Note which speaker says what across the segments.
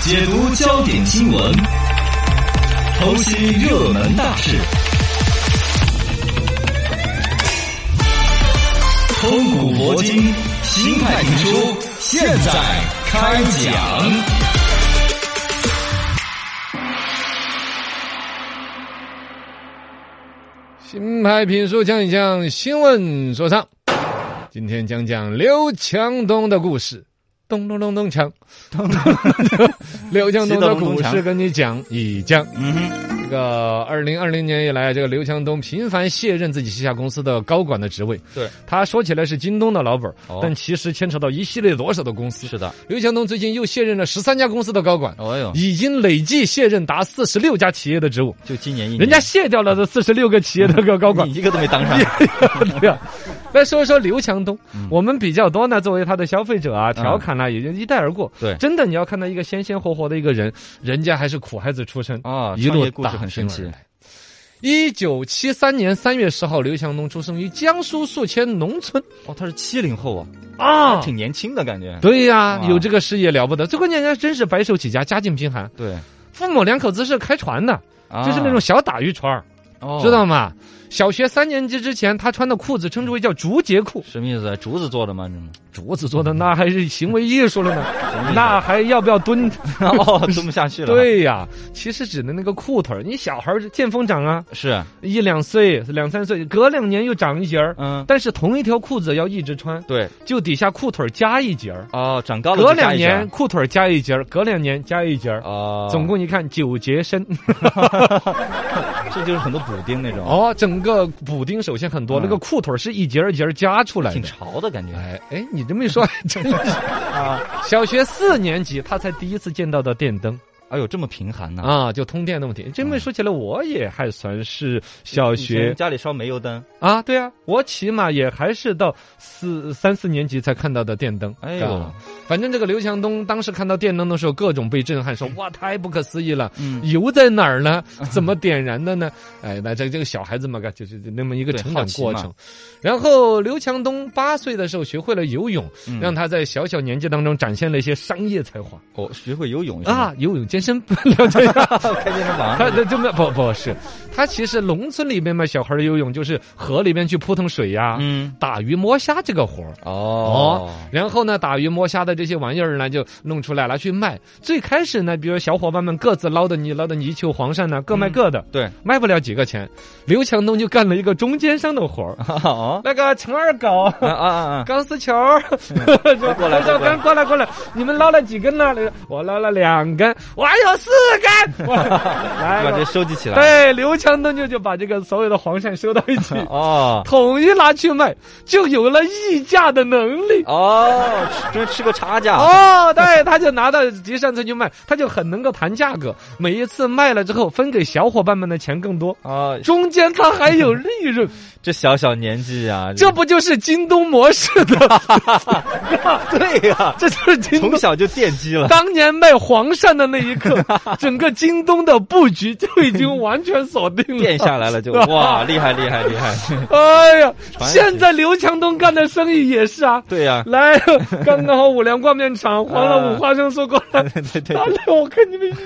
Speaker 1: 解读焦点新闻，剖析热门大事，通古博今，新派评书，现在开讲。
Speaker 2: 新派评书讲一讲新闻说唱，今天讲讲刘强东的故事。咚咚咚咚锵， 刘强东的故事跟你讲一讲。
Speaker 1: 嗯哼，
Speaker 2: 这个二零二零年以来，这个刘强东频繁卸任自己旗下公司的高管的职位。
Speaker 1: 对，
Speaker 2: 他说起来是京东的老板
Speaker 1: 哦，
Speaker 2: 但其实牵扯到一系列多少的公司。
Speaker 1: 是的，
Speaker 2: 刘强东最近又卸任了十三家公司的高管，
Speaker 1: 哦哟，
Speaker 2: 已经累计卸任达四十六家企业的职务。
Speaker 1: 就今年一年，
Speaker 2: 人家卸掉了这四十六个企业的高高 管
Speaker 1: 你，一个都没当上，
Speaker 2: 对 啊，来说一说刘强东，我们比较多呢，作为他的消费者啊，调侃啦、也就一带而过。
Speaker 1: 对
Speaker 2: 真的你要看到一个鲜鲜活活的一个人，人家还是苦孩子出身
Speaker 1: 啊
Speaker 2: 一
Speaker 1: 创
Speaker 2: 路
Speaker 1: 业故事很神奇。
Speaker 2: 一九七三年三月十号，刘强东出生于江苏宿迁农村
Speaker 1: 哦，他是七零后啊，
Speaker 2: 啊。
Speaker 1: 挺年轻的感觉。
Speaker 2: 对呀、
Speaker 1: 哇
Speaker 2: 有这个事业了不得。最关键，人家真是白手起家，家境贫寒，
Speaker 1: 对，
Speaker 2: 父母两口子是开船的，
Speaker 1: 啊
Speaker 2: 就是那种小打渔船儿，
Speaker 1: 哦
Speaker 2: 知道吗？小学三年级之前，他穿的裤子称之为叫竹节裤。
Speaker 1: 什么意思啊？竹子做的吗？这 种
Speaker 2: 竹子做的那还是行为艺术了 呢，那还要不要蹲？
Speaker 1: 哦，蹲不下去了。，
Speaker 2: 对呀，其实指的那个裤腿儿，你小孩儿见风长啊，
Speaker 1: 是，
Speaker 2: 一两岁、两三岁，隔两年又长一截儿。
Speaker 1: 嗯，
Speaker 2: 但是同一条裤子要一直穿，
Speaker 1: 对，
Speaker 2: 就底下裤腿儿加一截儿，
Speaker 1: 哦，长高了
Speaker 2: 隔
Speaker 1: 就加
Speaker 2: 两
Speaker 1: 一下
Speaker 2: 年裤腿儿加一截儿，隔两年加一截儿，
Speaker 1: 哦，
Speaker 2: 总共一看九节身。
Speaker 1: 这就是很多补丁那种，
Speaker 2: 哦， 整个补丁首先很多，
Speaker 1: 嗯
Speaker 2: 那个裤腿儿是一节儿一节儿加出来
Speaker 1: 挺
Speaker 2: 的。
Speaker 1: 潮的感觉。
Speaker 2: 哎哎，你这么一说， 还真是啊！小学四年级，他才第一次见到的电灯。
Speaker 1: 哎呦，这么贫寒呢？
Speaker 2: 啊，就通电的问题。这么说起来，我也还算是
Speaker 1: 嗯
Speaker 2: 小
Speaker 1: 以前
Speaker 2: 学
Speaker 1: 家里烧煤油灯，
Speaker 2: 啊，对啊，我起码也还是到四三四年级才看到的电灯。
Speaker 1: 哎呦
Speaker 2: 啊，反正这个刘强东当时看到电灯的时候，各种被震撼，说哇，太不可思议了。
Speaker 1: 嗯，
Speaker 2: 油在哪 儿呢？怎么点燃的呢？哎，那这这个小孩子嘛，嘎就是那么一个
Speaker 1: 对
Speaker 2: 成
Speaker 1: 好
Speaker 2: 长
Speaker 1: 奇
Speaker 2: 过
Speaker 1: 嘛
Speaker 2: 程。然后刘强东八岁的时候学会了游泳，
Speaker 1: 嗯
Speaker 2: 让他在小小年纪当中展现了一些商业才华
Speaker 1: 我学会游泳是吗
Speaker 2: 啊，游泳健身，了解一下。
Speaker 1: 开健身房
Speaker 2: 他这就没有不不是，他其实农村里面嘛，小孩儿游泳就是河里面去扑腾水呀、
Speaker 1: 嗯，
Speaker 2: 打鱼摸虾这个活儿。
Speaker 1: 哦，
Speaker 2: 然后呢，打鱼摸虾的这些玩意儿呢，就弄出来拿去卖。最开始呢，比如小伙伴们各自捞的泥、捞的泥鳅、黄鳝呢，各卖各的，
Speaker 1: 对，
Speaker 2: 卖不了几个钱。刘强东就干了一个中间商的活儿，
Speaker 1: 哦，
Speaker 2: 那个陈二狗。
Speaker 1: 啊啊啊，
Speaker 2: 钢丝球儿， 说
Speaker 1: 嗯过来
Speaker 2: 说
Speaker 1: 过来
Speaker 2: 刚过来过来，你们捞了几根呢？我捞了两根，我还有四 根。我来，
Speaker 1: 把
Speaker 2: 我
Speaker 1: 这收集起来。，
Speaker 2: 哎对，刘强东就就把这个所有的黄鳝收到一起
Speaker 1: 哦
Speaker 2: 统一拿去卖，就有了议价的能力。
Speaker 1: 哦，吃终于吃个差价。
Speaker 2: 哦，对，他就拿到集散村去卖，他就很能够谈价格。每一次卖了之后，分给小伙伴们的钱更多，
Speaker 1: 啊，
Speaker 2: 中间他还有利润，
Speaker 1: 这小小年纪啊，
Speaker 2: 这不就是京东模式的？
Speaker 1: 对呀，
Speaker 2: 这就是 京
Speaker 1: 从
Speaker 2: 东。
Speaker 1: 小就奠基 了。
Speaker 2: 当年卖黄鳝的那一 刻，整个京东的布局就已经完全锁定了，
Speaker 1: 垫下来 了就哇，厉害厉害 厉害！
Speaker 2: 哎呀，
Speaker 1: 传奇
Speaker 2: 现在刘强东干的生意也是啊。
Speaker 1: 对呀，
Speaker 2: 来，刚刚好五粮灌面厂黄了
Speaker 1: 啊
Speaker 2: 五花生酥过 来，
Speaker 1: 对对对
Speaker 2: 打，来我跟你们一起。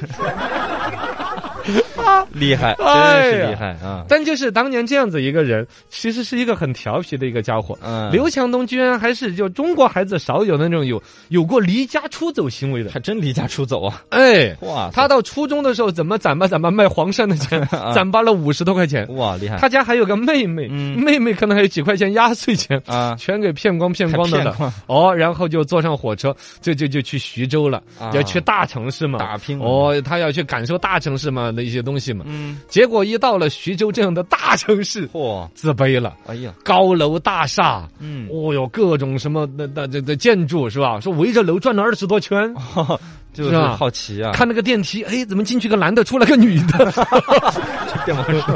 Speaker 1: 厉害，真
Speaker 2: 哎呀
Speaker 1: 是厉害啊！
Speaker 2: 但就是当年这样子一个人，其实是一个很调皮的一个家伙。
Speaker 1: 嗯，
Speaker 2: 刘强东居然还是就中国孩子少有的那种有有过离家出走行为的，
Speaker 1: 还真离家出走啊！
Speaker 2: 哎。
Speaker 1: 哇，
Speaker 2: 他到初中的时候，怎么攒吧攒吧卖黄鳝的 钱
Speaker 1: 啊，
Speaker 2: 攒吧了五十多块钱。
Speaker 1: 哇厉害
Speaker 2: 他家还有个妹妹，
Speaker 1: 哎嗯
Speaker 2: 妹妹可能还有几块钱压岁钱，
Speaker 1: 啊！
Speaker 2: 全给骗光骗光的
Speaker 1: 还
Speaker 2: 了
Speaker 1: 骗光。
Speaker 2: 哦，然后就坐上火车，就就就去徐州了，
Speaker 1: 啊
Speaker 2: 要去大城市嘛，
Speaker 1: 打拼了
Speaker 2: 哦，他要去感受大城市嘛的一些东西嘛。
Speaker 1: 嗯，
Speaker 2: 结果一到了徐州这样的大城市，
Speaker 1: 嚯，
Speaker 2: 自卑了。
Speaker 1: 哎呀，
Speaker 2: 高楼大厦，
Speaker 1: 嗯，
Speaker 2: 哦哟，各种什么那那这这建筑是吧？说围着楼转了二十多圈，
Speaker 1: 啊就是
Speaker 2: 是吧
Speaker 1: 好奇啊，
Speaker 2: 看那个电梯，哎，怎么进去个男的，出来个女
Speaker 1: 哦
Speaker 2: 的？
Speaker 1: 变 魔
Speaker 2: 嗯
Speaker 1: 术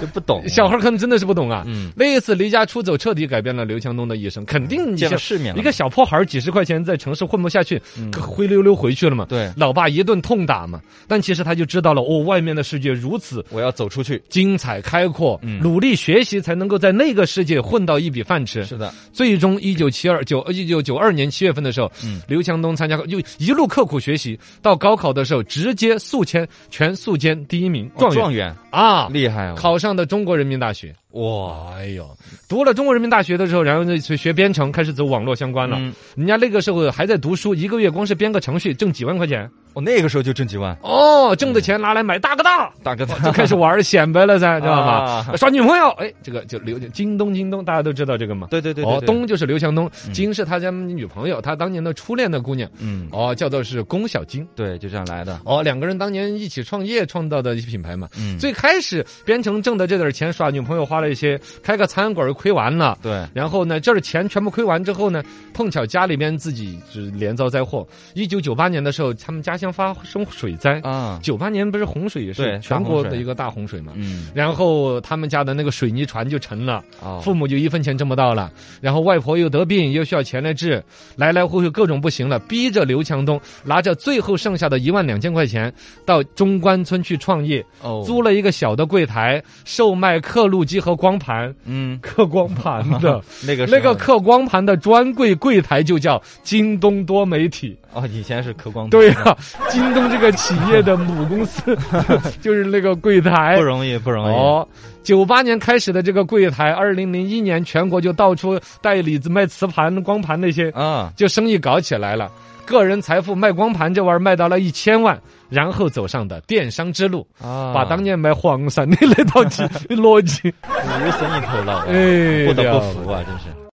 Speaker 1: 就不
Speaker 3: 啊
Speaker 1: 懂
Speaker 2: 小孩可能真的是不懂啊。
Speaker 1: 嗯
Speaker 2: 那一次离家出走，彻底改变了刘强东的一生。肯定你
Speaker 1: 嗯见了
Speaker 2: 像
Speaker 1: 世面了嗯
Speaker 2: 一个小破孩儿几十块钱在城市混不下去，灰溜溜回去了嘛。
Speaker 1: 对
Speaker 2: 老爸一顿痛打嘛。但其实他就知道了，哦，外面的世界如此
Speaker 1: 我要走出去。
Speaker 2: 精彩开阔，
Speaker 1: 嗯
Speaker 2: 努力学习才能够在那个世界混到一笔饭吃。
Speaker 1: 是的，
Speaker 2: 最终，一九七二九一九九二年七月份的时候，
Speaker 1: 嗯
Speaker 2: 刘强东参加就一路刻苦学习，到高考的时候直接宿迁全宿迁第一名，
Speaker 1: 哦
Speaker 3: 哦状
Speaker 2: 状元、
Speaker 3: 元
Speaker 2: 啊，
Speaker 3: 厉害哦！
Speaker 2: 考上的中国人民大学。
Speaker 3: 哇，
Speaker 2: 哎呦，读了中国人民大学的时候，然后呢去学编程，开始走网络相关了。
Speaker 3: 嗯
Speaker 2: 人家那个时候还在读书，一个月光是编个程序挣几万块钱，
Speaker 3: 我哦那个时候就挣几万，
Speaker 2: 哦，挣的钱拿来买大哥大，
Speaker 3: 大哥大
Speaker 2: 就开始玩儿显摆了噻，知道 吧？
Speaker 3: 啊
Speaker 2: 耍女朋友，哎，这个就刘京东，京东大家都知道这个嘛。
Speaker 3: 对对对
Speaker 2: 哦，，
Speaker 3: 对
Speaker 2: 东就是刘强东，金是他家女朋友，他当年的初恋的姑娘，
Speaker 3: 嗯，
Speaker 2: 哦，叫做是龚小金。
Speaker 3: 对，就这样来的。
Speaker 2: 哦，两个人当年一起创业创造的一品牌嘛。
Speaker 3: 嗯，
Speaker 2: 最开始编程挣的这点钱，耍女朋友花了一些，开个餐馆儿亏完了。
Speaker 3: 对，
Speaker 2: 然后呢，这儿钱全部亏完之后呢，碰巧家里边自己是连遭灾祸。一九九八年的时候，他们家乡发生水灾，
Speaker 3: 啊，
Speaker 2: 九八年不是洪水也是
Speaker 3: 对
Speaker 2: 全国的
Speaker 3: 大洪水
Speaker 2: 一个大洪水嘛。
Speaker 3: 嗯，
Speaker 2: 然后他们家的那个水泥船就沉了，
Speaker 3: 哦，
Speaker 2: 父母就一分钱挣不到了，然后外婆又得病，又需要钱来治，来来回回各种不行了，逼着刘强东拿着最后剩下的一万两千块钱到中关村去创业，
Speaker 3: 哦
Speaker 2: 租了一个小的柜台，售卖刻录机和光盘，
Speaker 3: 嗯，
Speaker 2: 刻光盘的
Speaker 3: 那个
Speaker 2: 那个
Speaker 3: 时
Speaker 2: 刻光盘的专柜柜台就叫京东多媒 体。
Speaker 3: 候哦，以前是嗑光，
Speaker 2: 对，啊，京东这个企业的母公司 就是那个柜台
Speaker 3: 不。容易，不容易。
Speaker 2: 哦，九八年开始的这个柜台，二零零一年全国就到处带李子卖磁盘、光盘那些，
Speaker 3: 啊，
Speaker 2: 就生意搞起来了。个人财富卖光盘这玩意儿卖到了一千万，然后走上的电商之路，
Speaker 3: 啊
Speaker 2: 把当年 卖黄鳝的那套逻辑，
Speaker 3: 鱼生意头脑啊，
Speaker 2: 哎，
Speaker 3: 不得
Speaker 2: 了
Speaker 3: 不服啊，真是。